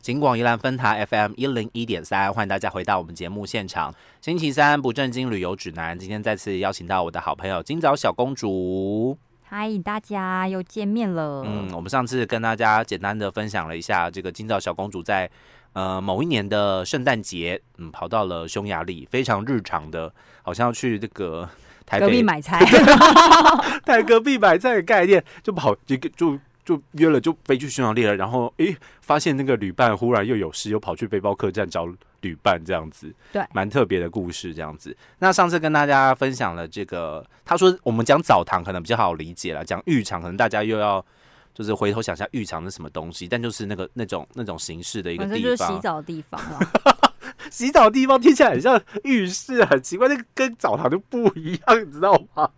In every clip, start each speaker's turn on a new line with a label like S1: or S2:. S1: 金广宜兰分台 FM 一零一点三，欢迎大家回到我们节目现场。星期三不正经旅游指南，今天再次邀请到我的好朋友今早小公主。
S2: 嗨，大家又见面了。
S1: 嗯，我们上次跟大家简单的分享了一下这个今早小公主在呃某一年的圣诞节，嗯，跑到了匈牙利，非常日常的，好像要去这个台
S2: 隔壁
S1: 北
S2: 买菜，
S1: 台隔壁买菜的概念，就跑就就就约了，就飞去匈牙利了。然后诶，发现那个旅伴忽然又有事，又跑去背包客栈找旅伴，这样子，
S2: 对
S1: 蛮特别的故事这样子。那上次跟大家分享了这个，他说我们讲澡堂可能比较好理解了，讲浴场可能大家又要。就是回头想一下浴场是什么东西，但就是那个那种那种形式的一个
S2: 反
S1: 地
S2: 正
S1: 方，
S2: 就是洗澡的地方 了。
S1: 洗澡的地方听起来很像浴室，很奇怪，那个跟澡堂就不一样，你知道吗？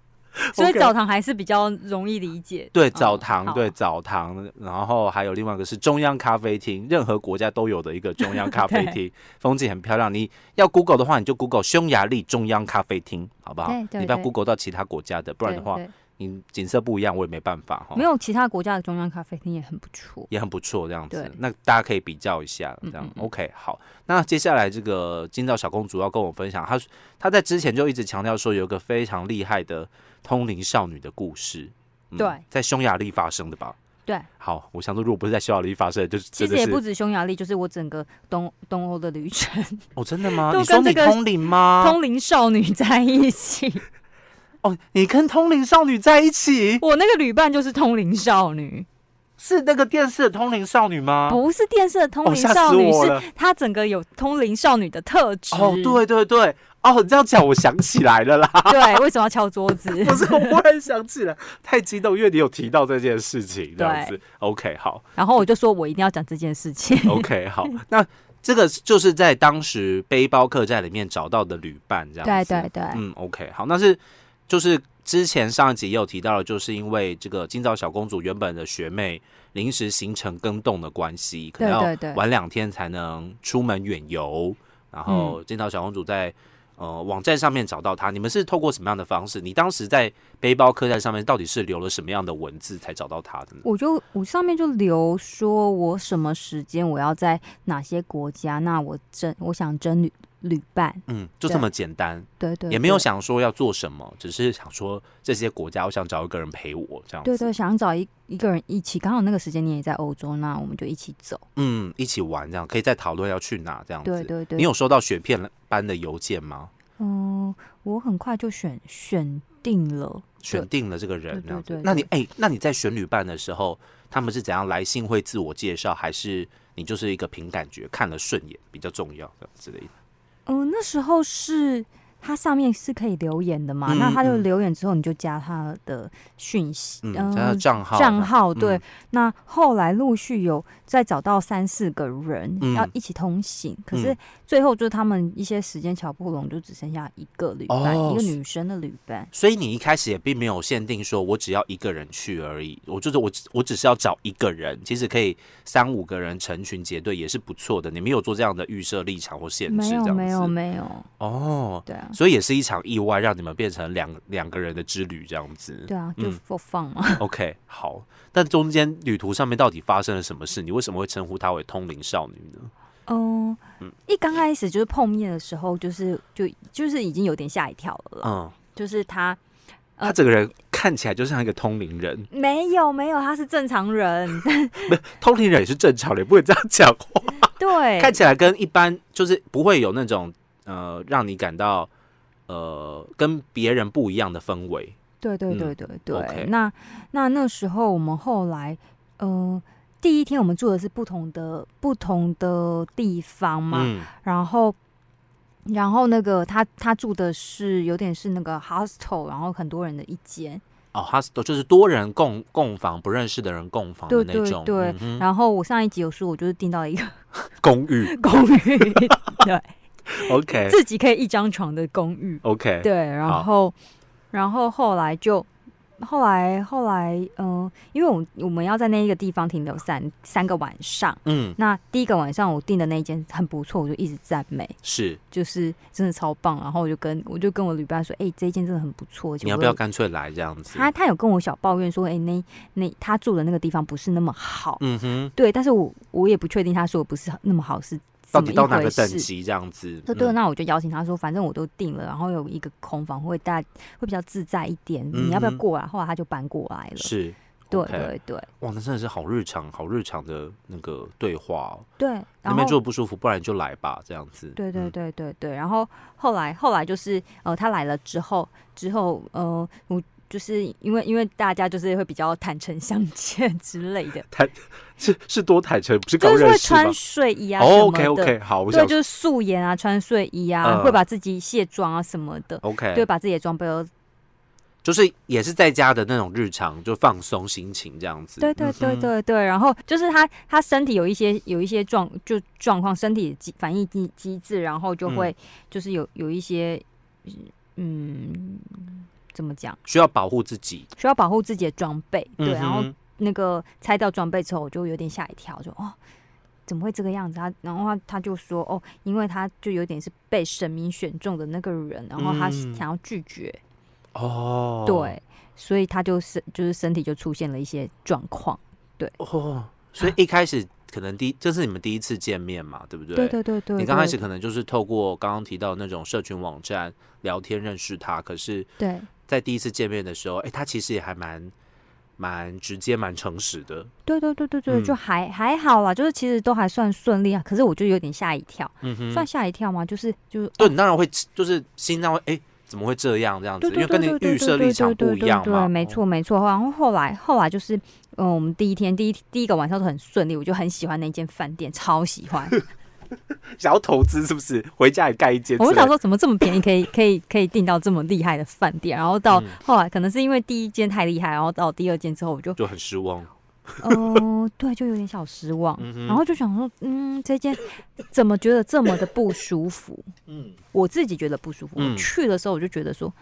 S2: 所以
S1: OK
S2: 澡堂还是比较容易理解。
S1: 对
S2: 嗯
S1: 澡堂，
S2: 好
S1: 对澡堂，然后还有另外一个是中央咖啡厅，任何国家都有的一个中央咖 啡厅，风景很漂亮。你要 Google 的话，你就 Google 匈牙利中央咖啡厅，好不好？
S2: 对对
S1: 你不要
S2: 对
S1: Google 到其他国家的，不然的话哦
S2: 对，对
S1: 你景色不一样，我也没办法哈。
S2: 没有其他国家的中央咖啡厅也很不错。
S1: 也很不错，这样子
S2: 对。
S1: 那大家可以比较一下，这
S2: 嗯
S1: 样
S2: 嗯嗯
S1: OK。好，那接下来这个今早小公主要跟我分享，她她在之前就一直强调说有一个非常厉害的通灵少女的故事，嗯
S2: 对
S1: 在匈牙利发生的吧？
S2: 对，
S1: 好，我想说，如果不是在匈牙利发生的，就是
S2: 其
S1: 真
S2: 实
S1: 的
S2: 也不
S1: 是
S2: 止匈牙利，就是我整个东东欧的旅程，
S1: 哦，真的吗？
S2: 都
S1: 你说
S2: 跟
S1: 你
S2: 这个
S1: 通灵吗？
S2: 通灵少女在一起。
S1: 哦，你跟通灵少女在一起，
S2: 我那个旅伴就是通灵少女，
S1: 是那个电视的通灵少女吗？
S2: 不是电视的通
S1: 啊哦，
S2: 灵
S1: 吓
S2: 少
S1: 死
S2: 女，
S1: 我
S2: 是
S1: 了！
S2: 她整个有通灵少女的特质。
S1: 哦，对对对，哦，你这样讲，我想起来了啦。
S2: 对，为什么要敲桌子？
S1: 不是，我忽然想起来，太激动，因为你有提到这件事情，这样子。OK，好
S2: 然后我就说我一定要讲这件事情。
S1: ，OK，好。那这个就是在当时背包客栈里面找到的旅伴，这样
S2: 对
S1: 子。
S2: 对对，
S1: 嗯，OK，好，那是就是之前上一集也有提到了，就是因为这个今早小公主原本的学妹临时行程更动的关系，可能
S2: 对
S1: 要
S2: 对对
S1: 晚两天才能出门远游，然
S2: 嗯
S1: 后今早小公主在。呃，网站上面找到她，你们是透过什么样的方式？你当时在背包客栈上面到底是留了什么样的文字才找到她的呢？
S2: 我就我上面就留说我什么时间我要在哪些国家，那我征我想征旅旅伴，
S1: 嗯，就这
S2: 对
S1: 么简单，
S2: 对对
S1: 也没有
S2: 对
S1: 想说要做什么，只是想说这些国家，我想找一个人陪我这样子。
S2: 对对，想找一一个人一起，刚好那个时间你也在欧洲，那我们就一起走。
S1: 嗯，一起玩这样，可以再讨论要去哪这样子。
S2: 对对对，
S1: 你有收到雪片般的邮件吗？
S2: 嗯，我很快就选选定了，
S1: 选定了这个人这
S2: 对
S1: 样子，
S2: 对对
S1: 那你哎、那你在选旅伴的时候，他们是怎样来信会自我介绍，还是你就是一个凭感觉看了顺眼比较重要这样之类的？
S2: 嗯，那时候是它上面是可以留言的嘛，
S1: 嗯
S2: 那他就
S1: 嗯
S2: 留言之后，你就加他的讯息，
S1: 嗯，他的账号
S2: 账号
S1: 嗯
S2: 对，那后来陆续有再找到三四个人、
S1: 嗯
S2: 要一起同行，可是
S1: 嗯
S2: 最后就是他们一些时间瞧不拢，就只剩下一个旅伴，
S1: 哦
S2: 一个女生的旅伴。
S1: 所以你一开始也并没有限定说我只要一个人去而已，我就是我只我只是要找一个人，其实可以三五个人成群结队也是不错的。你没有做这样的预设立场或限制，
S2: 没
S1: 这样
S2: 有
S1: 子
S2: 没有没有，
S1: 哦。
S2: 对啊
S1: 所以也是一场意外，让你们变成两两个人的之旅这样子。
S2: 对啊，就
S1: 嗯
S2: for fun 嘛。
S1: OK，好，但中间旅途上面到底发生了什么事？你为什么会称呼她为通灵少女呢？
S2: 嗯，一刚开始就是碰面的时候，就是就就是已经有点吓一跳了啦，
S1: 嗯，
S2: 就是他呃
S1: 她整个人看起来就像一个通灵人，
S2: 没有没有，他是正 常人，
S1: 通灵人也是正常的，也不能这样讲话。
S2: 对，
S1: 看起来跟一般就是不会有那种呃让你感到呃跟别人不一样的氛围。
S2: 对对
S1: 嗯
S2: 对对对，
S1: OK
S2: 那那那时候我们后来，呃，第一天我们住的是不同的不同的地方嘛，
S1: 嗯，
S2: 然后然后那个他他住的是有点是那个 hostel，然后很多人的一间，
S1: 哦，他就是多人共共房，不认识的人共房的
S2: 对
S1: 那
S2: 对
S1: 种，
S2: 对
S1: 嗯哼
S2: 然后我上一集有说，我就是订到了一个
S1: 公寓。
S2: 公 寓， 对
S1: OK
S2: 自己可以一张床的公寓，
S1: OK，
S2: 对，然后然后后来就后来后来，嗯、因为我们我们要在那一个地方停留三三个晚上。
S1: 嗯，
S2: 那第一个晚上我订的那一间很不错，我就一直赞美，
S1: 是
S2: 就是真的超棒。然后我就跟我就跟我旅伴说，哎、这一间真的很不错。
S1: 你要不要？干脆来这样子？
S2: 他他有跟我小抱怨说，哎、那那他住的那个地方不是那么好。
S1: 嗯哼，
S2: 对，但是我我也不确定他说的不是那么好是
S1: 到
S2: 怎么
S1: 底
S2: 一
S1: 到哪
S2: 回
S1: 个等
S2: 事。
S1: 级这样子？
S2: 对对，
S1: 嗯
S2: 那我就邀请他说，反正我都定了，然后有一个空房会大会比较自在一点，你要不要
S1: 嗯哼
S2: 过来？后来他就搬过来了。
S1: 是，
S2: 对
S1: OK
S2: 对对
S1: 哇，那真的是好日常、好日常的那个对话、哦。
S2: 对，
S1: 那
S2: 然
S1: 边
S2: 后
S1: 住不舒服，不然就来吧，这样子。
S2: 对对
S1: 嗯，
S2: 对对对，然后后来后来就是呃，他来了之后之后呃，我就是因为因为大家就是会比较坦诚相见之类的，
S1: 是是多坦诚，不是搞
S2: 就是
S1: 认
S2: 会
S1: 识吧
S2: 穿睡衣啊什
S1: 哦
S2: 么的，
S1: ？OK OK，好，我
S2: 对，
S1: 想
S2: 就是素颜啊，穿睡衣啊，
S1: 嗯哎
S2: 会把自己卸妆啊什么的，
S1: OK，
S2: 对，把自己的装备都
S1: 就是也是在家的那种日常，就放松心情这样子。
S2: 对对对
S1: 嗯哼，
S2: 对对，然后就是他他身体有一些有一些状就状况，身体的机反应机机制，然后就
S1: 嗯
S2: 会就是有有一些嗯怎么讲，
S1: 需要保护自己。
S2: 需要保护自己的装备，对，
S1: 嗯
S2: 然后
S1: 哼
S2: 那个拆掉装备之后，我就有点吓一跳，就哦。怎么会这个样子？他然后他他就说哦，因为他就有点是被神明选中的那个人，然后他
S1: 嗯
S2: 想要拒绝，
S1: 哦，
S2: 对，所以他就是就是身体就出现了一些状况。
S1: 哦，所以一开始可能第一这是你们第一次见面嘛，对不对？
S2: 对对对对，
S1: 你刚开始
S2: 嗯对
S1: 可能就是透过刚刚提到的那种社群网站聊天认识他，可是，
S2: 对
S1: 在第一次见面的时候，哎、他其实也还蛮蛮直接、蛮诚实的。
S2: 对对对对对，
S1: 嗯
S2: 就还还好啦，就是其实都还算顺利啊。可是我就有点吓一跳，
S1: 嗯哼，
S2: 算吓一跳吗？就是就是
S1: 对，你当然会就是心脏会哎、怎么会这样这样子？
S2: 对
S1: 因为
S2: 对
S1: 跟
S2: 对
S1: 你
S2: 对对
S1: 预设立场不一样
S2: 对
S1: 嘛。
S2: 对，没错没错。然后后来后来就是，嗯，我们第一天第一第一个晚上都很顺利，我就很喜欢那间饭店，超喜欢。
S1: 哦。想要投资是不是？回家也盖一间之类的。
S2: 我就想说，怎么这么便宜，可以可以可以订到这么厉害的饭店？然后到
S1: 嗯
S2: 后来可能是因为第一间太厉害，然后到第二间之后，我就
S1: 就很失望。
S2: 嗯，对，就有点小失望。
S1: 嗯哼
S2: 然后就想说，嗯，这间怎么觉得这么的不舒服？
S1: 嗯，
S2: 我自己觉得不舒服。
S1: 嗯
S2: 我去的时候我就觉得说，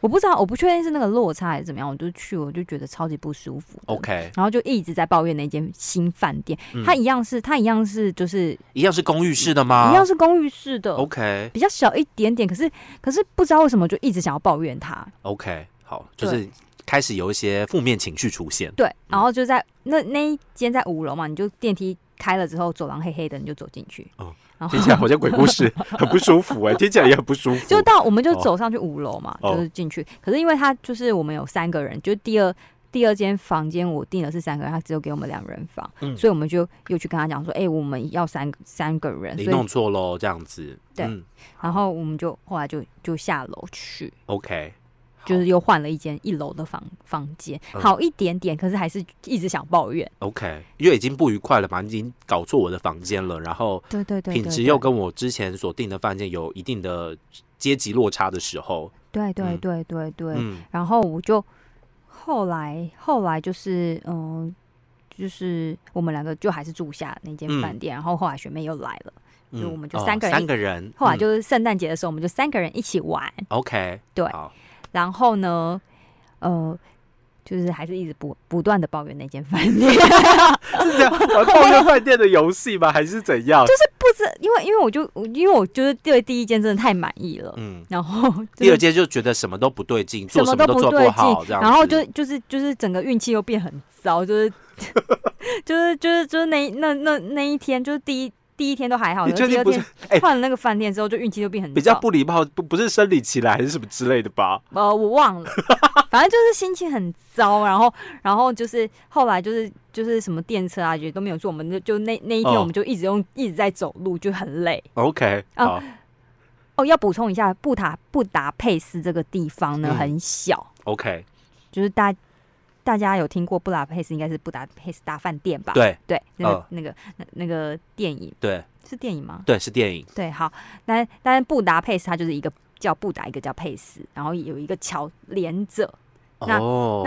S2: 我不知道，我不确定是那个落差还是怎么样，我就去我就觉得超级不舒服的。
S1: OK，
S2: 然后就一直在抱怨那间新饭店，
S1: 嗯
S2: 它一样是它一样是就是、
S1: 一样是公寓式的吗？
S2: 一样是公寓式的
S1: OK
S2: 比较小一点点，可是可是不知道为什么就一直想要抱怨它。
S1: OK，好，就
S2: 对
S1: 是开始有一些负面情绪出现。
S2: 对，然后就在那那一间在五楼嘛，你就电梯开了之后，走廊黑黑的，你就走进去。
S1: 哦
S2: 然后
S1: 听起来好像鬼故事，很不舒服哎、听起来也很不舒服。
S2: 就到我们就
S1: 哦
S2: 走上去五楼嘛，
S1: 哦
S2: 就是进去。可是因为他就是我们有三个人，就第二第二间房间我订的是三个人，他只有给我们两人房，
S1: 嗯
S2: 所以我们就又去跟他讲说，哎、我们要三三个人，
S1: 你
S2: 所以
S1: 弄错喽，这样子。
S2: 对
S1: 嗯、
S2: 然后我们就后来就就下楼去。
S1: OK，
S2: 就是又换了一间一楼的房房间，
S1: 嗯
S2: 好一点点，可是还是一直想抱怨。
S1: OK，因为已经不愉快了嘛，你已经搞错我的房间了，然后
S2: 对对对，
S1: 品质又跟我之前所订的饭店有一定的阶级落差的时候，
S2: 对对
S1: 嗯
S2: 对对对，
S1: 嗯，
S2: 然后我就后来后来就是嗯、就是我们两个就还是住下那间饭店，然后后来学妹又来了，就
S1: 嗯
S2: 我们就
S1: 哦
S2: 三个人
S1: 三个人，
S2: 后来
S1: 嗯、
S2: 就是圣诞节的时候，我们就三个人一起玩，
S1: OK，
S2: 对
S1: 好，
S2: 然后呢，呃。就是还是一直不不断的抱怨那间 饭店，
S1: 是这样玩抱怨饭店的游戏吗？还是怎样？就是
S2: 不是因为因为我就我因为我就是对第一间真的太满意了，
S1: 嗯。
S2: 然后就是
S1: 第二间就觉得什么都不对劲，做
S2: 什么
S1: 么都
S2: 都不
S1: 做
S2: 对
S1: 好，这
S2: 劲，
S1: 样
S2: 然后
S1: 子
S2: 就就是就是整个运气又变很糟，就是就是就是就是那一那那那一天，就是第一第一天都还好，
S1: 你
S2: 然
S1: 确定
S2: 后哦第二
S1: 不是
S2: 天
S1: 哎
S2: 换了那个饭店之后，就运气就变很糟
S1: 比较不礼貌，不不是生理期来还是什么之类的吧？
S2: 呃，我忘了，反正就是心情很糟，然后然后就是后来就是就是什么电车啊也都没有坐，我们就就那那一天
S1: 哦
S2: 我们就一直用、一直在走路，就很累。
S1: OK，
S2: 啊
S1: 好
S2: 哦，要补充一下，布达布达佩斯这个地方呢、
S1: 嗯
S2: 很小，
S1: ，OK，
S2: 就是大大家有听过布达佩斯，应该是布达佩斯大饭店吧？
S1: 对
S2: 对，那个、
S1: 嗯
S2: 那个那那个电影
S1: 对
S2: 是电影吗？
S1: 对，是电影，
S2: 对，好，但但是布达佩斯它就是一个叫布达，一个叫佩斯，然后有一个桥连着，那
S1: 哦，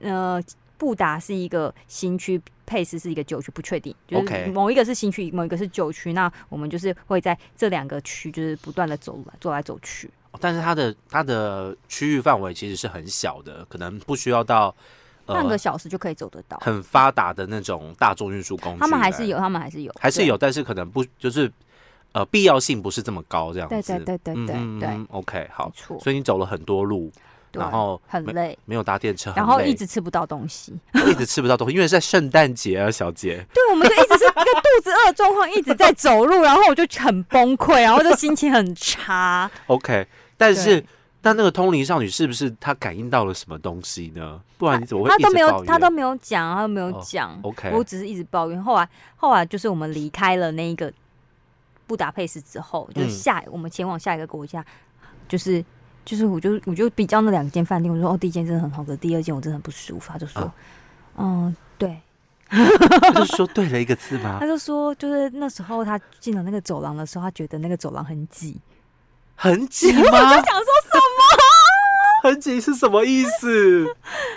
S2: 那呃。布达是一个新区，佩斯是一个旧区，不确定，就
S1: OK
S2: 是某一个是新区，某一个是旧区。那我们就是会在这两个区，就是不断的走来走来走去。
S1: 但是它的它的区域范围其实是很小的，可能不需要到呃
S2: 半个小时就可以走得到。
S1: 很发达的那种大众运输工具，
S2: 他们还是有，，他们还是有，
S1: 还是
S2: 对
S1: 有，但是可能不就是呃必要性不是这么高这样子。
S2: 对对对对对
S1: 嗯
S2: 对，
S1: 嗯，OK，
S2: 没
S1: 好，
S2: 错，
S1: 所以你走了很多路，
S2: 对
S1: 然后
S2: 很
S1: 没
S2: 累，
S1: 没有搭电车，很
S2: 然后
S1: 累
S2: 一直吃不到东西，
S1: 一直吃不到东西，因为是在圣诞节啊，小姐。
S2: 对，我们就一直是一个肚子饿的状况，一直在走路，然后我就很崩溃，然后就心情很差。
S1: OK，但是
S2: 对
S1: 那那个通灵少女是不是她感应到了什么东西呢？不然你怎么会
S2: 他
S1: 一
S2: 都
S1: 直
S2: 没
S1: 抱
S2: 有，
S1: 怨
S2: 他都没有讲，他都没有
S1: 哦
S2: 讲。
S1: OK
S2: 我只是一直抱怨。后来，后来就是我们离开了那一个布达佩斯之后，就是
S1: 嗯
S2: 下、我们前往下一个国家，就是就是我就我就比较那两间饭店，我说哦，第一间真的很好，可是第二间我真的很不舒服。他就说，
S1: 啊
S2: 嗯，对，
S1: 她就说对了一个字 吗
S2: 他？就说就是那时候他进了那个走廊的时候，他觉得那个走廊很挤。
S1: 很挤
S2: 我就
S1: 吗？
S2: 想说什么？
S1: 很挤是什么意思？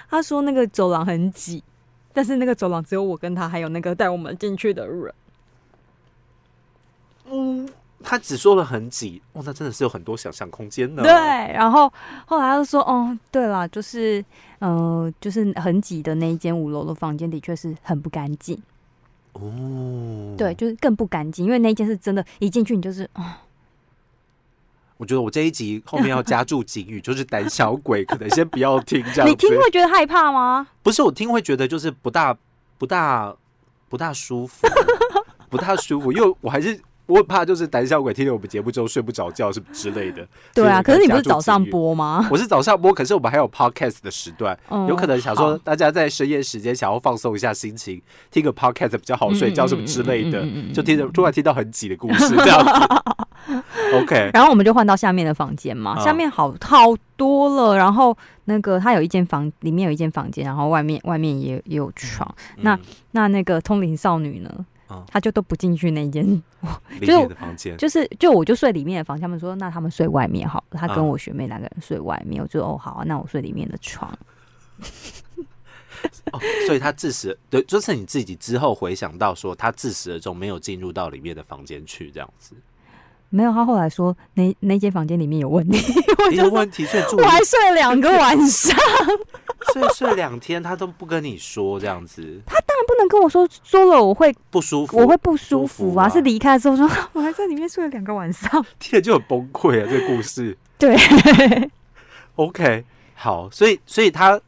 S2: 他说那个走廊很挤，但是那个走廊只有我跟他，还有那个带我们进去的人。
S1: 嗯，她只说了很挤，哇，那真的是有很多想象空间呢。
S2: 对，然后后来他就说，哦，对了，就是，呃，就是很挤的那一间五楼的房间，的确是很不干净。
S1: 哦，
S2: 对，，就是更不干净，因为那一间是啊真的，一进去你就是，哦
S1: 我觉得我这一集后面要加注警语，就是胆小鬼可能先不要听这样子。
S2: 你听会觉得害怕吗？
S1: 不是我听会觉得就是不大不大不大舒服， 不大舒服，因为我还是我很怕就是胆小鬼听了我们节目之后睡不着觉是之类的。
S2: 对啊，
S1: 所
S2: 可
S1: 以我
S2: 是你
S1: 们加
S2: 不是
S1: 注
S2: 早上
S1: 警语？
S2: 播吗？
S1: 我是早上播，可是我们还有 podcast 的时段，
S2: 嗯
S1: 有可能想说
S2: 好
S1: 大家在深夜时间想要放松一下心情，听个 podcast 比较好睡觉什么之类的
S2: 嗯嗯嗯嗯嗯嗯嗯，
S1: 就听着突然听到很挤的故事这样子。OK，
S2: 然后我们就换到下面的房间嘛，
S1: 嗯
S2: 下面好好多了。然后那个他有一间房，里面有一间房间，然后外面外面也也有床。那那那个通灵少女呢
S1: 嗯？
S2: 她就都不进去那一间，
S1: 嗯理
S2: 就是
S1: 解的房间，
S2: 就是就我就睡里面的房。他们说那他们睡外面好了，她跟
S1: 嗯
S2: 我学妹两个人睡外面。我就哦好啊、那我睡里面的床。
S1: 哦，所以他自始对，就是你自己之后回想到说，他自始而终没有进入到里面的房间去，这样子。
S2: 没有，她后来说那那间房间里面有问题，我
S1: 一
S2: 就
S1: 个
S2: 说
S1: 问题，所以住
S2: 我还睡了两个晚 上。
S1: 所以睡两天，他都不跟你说这样子，
S2: 她不能跟我说说了我会
S1: 不舒服，
S2: 我会不舒
S1: 舒
S2: 服
S1: 服
S2: 啊，呃
S1: 啊
S2: 是离开的时候说 我还在里面睡了两个晚上。
S1: 听了就很崩溃啊。这个故事
S2: 对，
S1: ，OK，好，所以所以他，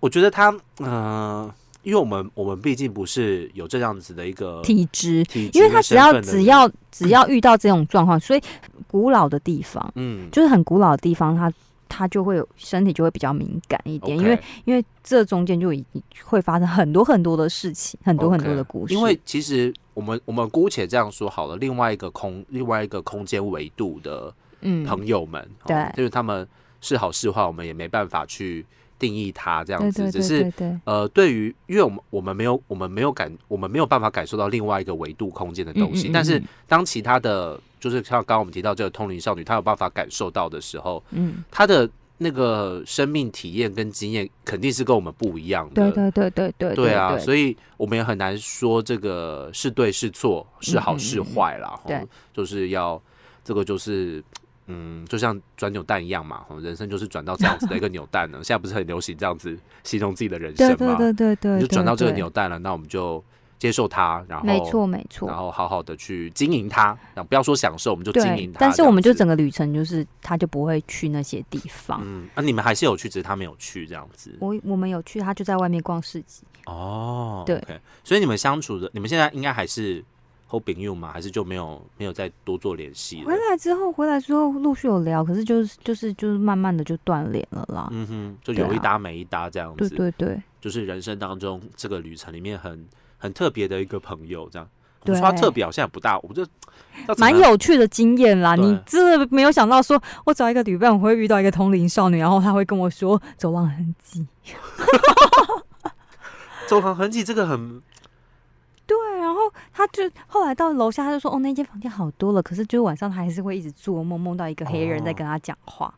S1: 我觉得他，嗯、因为我们我们毕竟不是有这样子的一个
S2: 体质，
S1: 体质
S2: 因为
S1: 跟
S2: 他只
S1: 身
S2: 要
S1: 份的
S2: 只
S1: 人，
S2: 要只要遇到这种状况，所以古老的地方
S1: 嗯，
S2: 就是很古老的地方，它它就会有身体就会比较敏感一点，因为
S1: OK
S2: 因为这中间就已会发生很多很多的事情，很多很多的故事。
S1: 因为其实我们我们姑且这样说好了，另外一个空另外一个空间维度的
S2: 嗯，
S1: 朋友们，哦
S2: 对
S1: 就是他们是好是坏，我们也没办法去定义它这样
S2: 对
S1: 子，
S2: 对
S1: 只
S2: 对
S1: 是
S2: 对对，
S1: 呃，对于因为我们我们没有我们没有感我们没有办法感受到另外一个维度空间的东西，
S2: 嗯嗯嗯
S1: 但是
S2: 嗯
S1: 当其他的就是像刚刚我们提到这个通灵少女，她有办法感受到的时候，
S2: 嗯，
S1: 她的那个生命体验跟经验肯定是跟我们不一样的。
S2: 对对对对对
S1: 对啊，
S2: 以
S1: 所以我们也很难说这个是对是错，是好是坏啦。
S2: 嗯嗯嗯
S1: 吼就是要这个就是。嗯，就像转扭蛋一样嘛，吼人生就是转到这样子的一个扭蛋呢。 现在不是很流行这样子形容自己的人生
S2: 对
S1: 吗？
S2: 对对对对，
S1: 你就转到这个
S2: 对，
S1: 扭蛋了，那我们就接受它，然后
S2: 对没错没错
S1: 然，后好好的去经营它，然后不要说享受，我们就经
S2: 对
S1: 营它。
S2: 但是我们就
S1: 这样
S2: 整个旅程就是他就不会去那些地方
S1: 子。嗯，啊，你们还是有去，只是他没有去这样子。
S2: 我我们有去，他就在外面逛市集。
S1: 哦，
S2: 对
S1: o k 所以你们相处的，你们现在应该还是 hoping you 吗？还是就没有没有再多做联系了
S2: 回？来之后，回来之后陆续有聊，可是就是就是就是慢慢的就断联了啦。
S1: 嗯哼，就
S2: 对啊
S1: 有一搭没一搭这样
S2: 对
S1: 子，
S2: 对对，
S1: 就是人生当中这个旅程里面很很特别的一个朋友这样。我
S2: 对
S1: 们说他特别好像也不大，我就要怎么
S2: 蛮有趣的经验啦。
S1: 对
S2: 你真的没有想到说，我找一个旅伴，我会遇到一个同龄少女，然后她会跟我说走廊很挤。
S1: 走廊痕迹，这个很
S2: 对，然后她就后来到楼下，她就说哦，那间房间好多了，可是就是晚上她还是会一直做梦，梦到一个黑人在跟她讲话。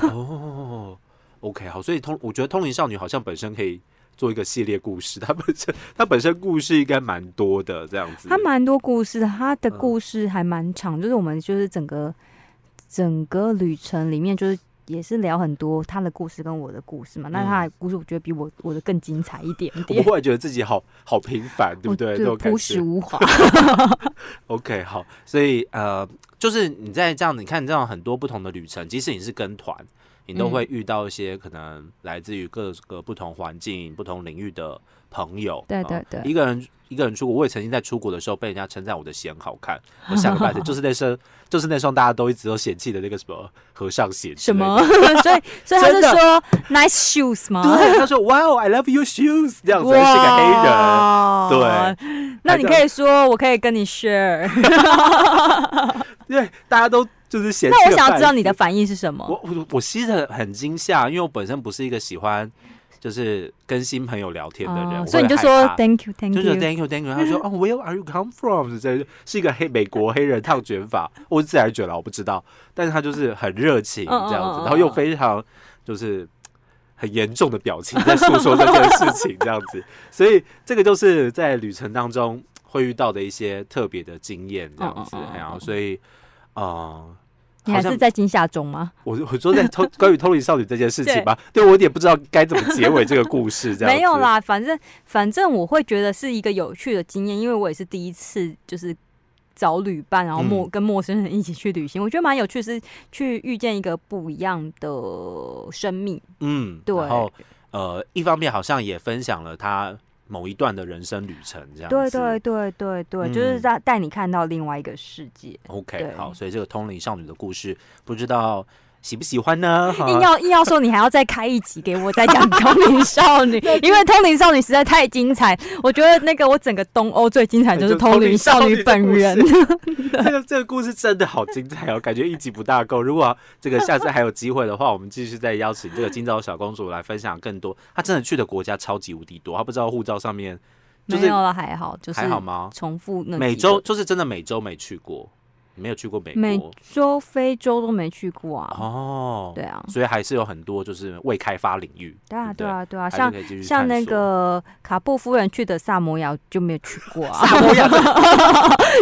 S1: 哦，OK，好，所以通，我觉得《通灵少女》好像本身可以做一个系列故事，它 本身它本身故事应该蛮多的，这样子。
S2: 她蛮多故事的，她的
S1: 嗯
S2: 故事还蛮长，就是我们就是整个整个旅程里面就是。也是聊很多他的故事跟我的故事
S1: 嗯
S2: 嘛，那他的故事我觉得比我我的更精彩一点
S1: 我
S2: 点，
S1: 忽然觉得自己好好平凡，对不对？这
S2: 就
S1: 种感
S2: 哦朴
S1: 觉
S2: 实。无华。
S1: OK，好，所以呃，就是你在这样，你看这样很多不同的旅程，即使你是跟团，你都
S2: 嗯
S1: 会遇到一些可能来自于各个不同环境、不同领域的朋友。
S2: 对
S1: 呃
S2: 对对
S1: 一个人一个人出国，我也曾经在出国的时候被人家称赞我的鞋很好看，我想个 半天，就是那双，就是那双大家都一直都嫌弃的那个什么和尚鞋之
S2: 什
S1: 类的。
S2: 么？ 所以所以他就
S1: 真的
S2: 说 nice shoes 吗？
S1: 对，他说 “Wow, I love your shoes”，这样子是个黑人。
S2: 哇
S1: 对
S2: 那你可以说，我可以跟你 share。
S1: 对，大家都就是嫌弃。
S2: 那我想要知道你的。反应是什么？
S1: 我我我其实很很惊吓，因为我本身不是一个喜欢就是跟新朋友聊天的人，我会
S2: 啊哦所以你就
S1: 害
S2: 说
S1: 怕
S2: thank you，thank
S1: 就是
S2: you。
S1: Thank you, Thank you。他说哦，Where are you come from？这是一个黑美国黑人烫卷发，我是自然卷了，我不知道。但是他就是很热情
S2: 嗯嗯
S1: 这样子，
S2: 嗯
S1: 然后又非常就是很严重的表情在诉说这件事情这样子，所以这个就是在旅程当中会遇到的一些特别的经验这样子
S2: 嗯嗯嗯嗯，嗯
S1: 然后所以呃，
S2: 你
S1: 好
S2: 还
S1: 像
S2: 是在惊吓中吗？
S1: 我我说在 偷关于偷灵少女这件事情吧，对我有点不知道该怎么结尾这个故事，这样子
S2: 没有。啦，反正反正我会觉得是一个有趣的经验，因为我也是第一次就是找旅伴，然后陌、
S1: 嗯
S2: 跟陌生人一起去旅行，我觉得蛮有趣，是去遇见一个不一样的生命。
S1: 嗯，
S2: 对
S1: 然后呃，一方面好像也分享了他某一段的人生旅程，这样
S2: 对
S1: 子。
S2: 对对对对，
S1: 嗯
S2: 就是带带你看到另外一个世界。
S1: OK，
S2: 对
S1: 好，所以这个通灵少女的故事，不知道喜不喜欢呢？哈
S2: 硬要硬要说你还要再开一集给我再讲通灵少 女，因为通灵少女实在太精彩。我觉得那个我整个东欧最精彩就是通灵少女本 人。
S1: 哎就。通灵 少女的故事这个这个故事真的好精彩哦，感觉一集不大够。如果这个下次还有机会的话，我们继续再邀请这个今朝小公主来分享更多。她真的去的国家超级无敌多，她不知道护照上面就是
S2: 没有了，还好，就是
S1: 还好吗？
S2: 重复那
S1: 美
S2: 几
S1: 洲
S2: 个
S1: 就是真的美洲没去过，没有去过美国
S2: 美洲、非洲都没去过啊。
S1: 哦，
S2: 对啊，
S1: 所以还是有很多就是未开发领域，
S2: 对啊，
S1: 对
S2: 对啊，对啊，
S1: 不对，
S2: 像
S1: 还是可以继续
S2: 像
S1: 探
S2: 那
S1: 索
S2: 个卡布夫人去的萨摩亚就没有去过 啊。
S1: 萨摩亚这个，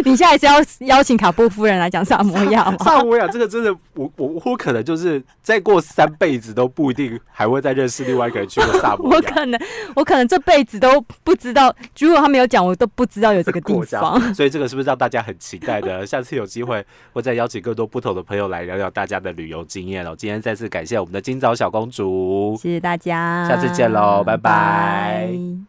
S2: 你下一次要邀请卡布夫人来讲萨摩亚吗？
S1: 萨摩亚这个真的，我我我可能就是再过三辈子都不一定还会再认识另外一个人去过萨摩
S2: 我
S1: 亚。
S2: 可能，我可能这辈子都不知道，如果他没有讲，我都不知道有这个地
S1: 国家
S2: 方。，
S1: 所以这个是不是让大家很期待的？下次有机会，我再邀请更多不同的朋友来聊聊大家的旅游经验哦。今天再次感谢我们的今早小公主，
S2: 谢谢大家，
S1: 下次见喽拜拜
S2: 拜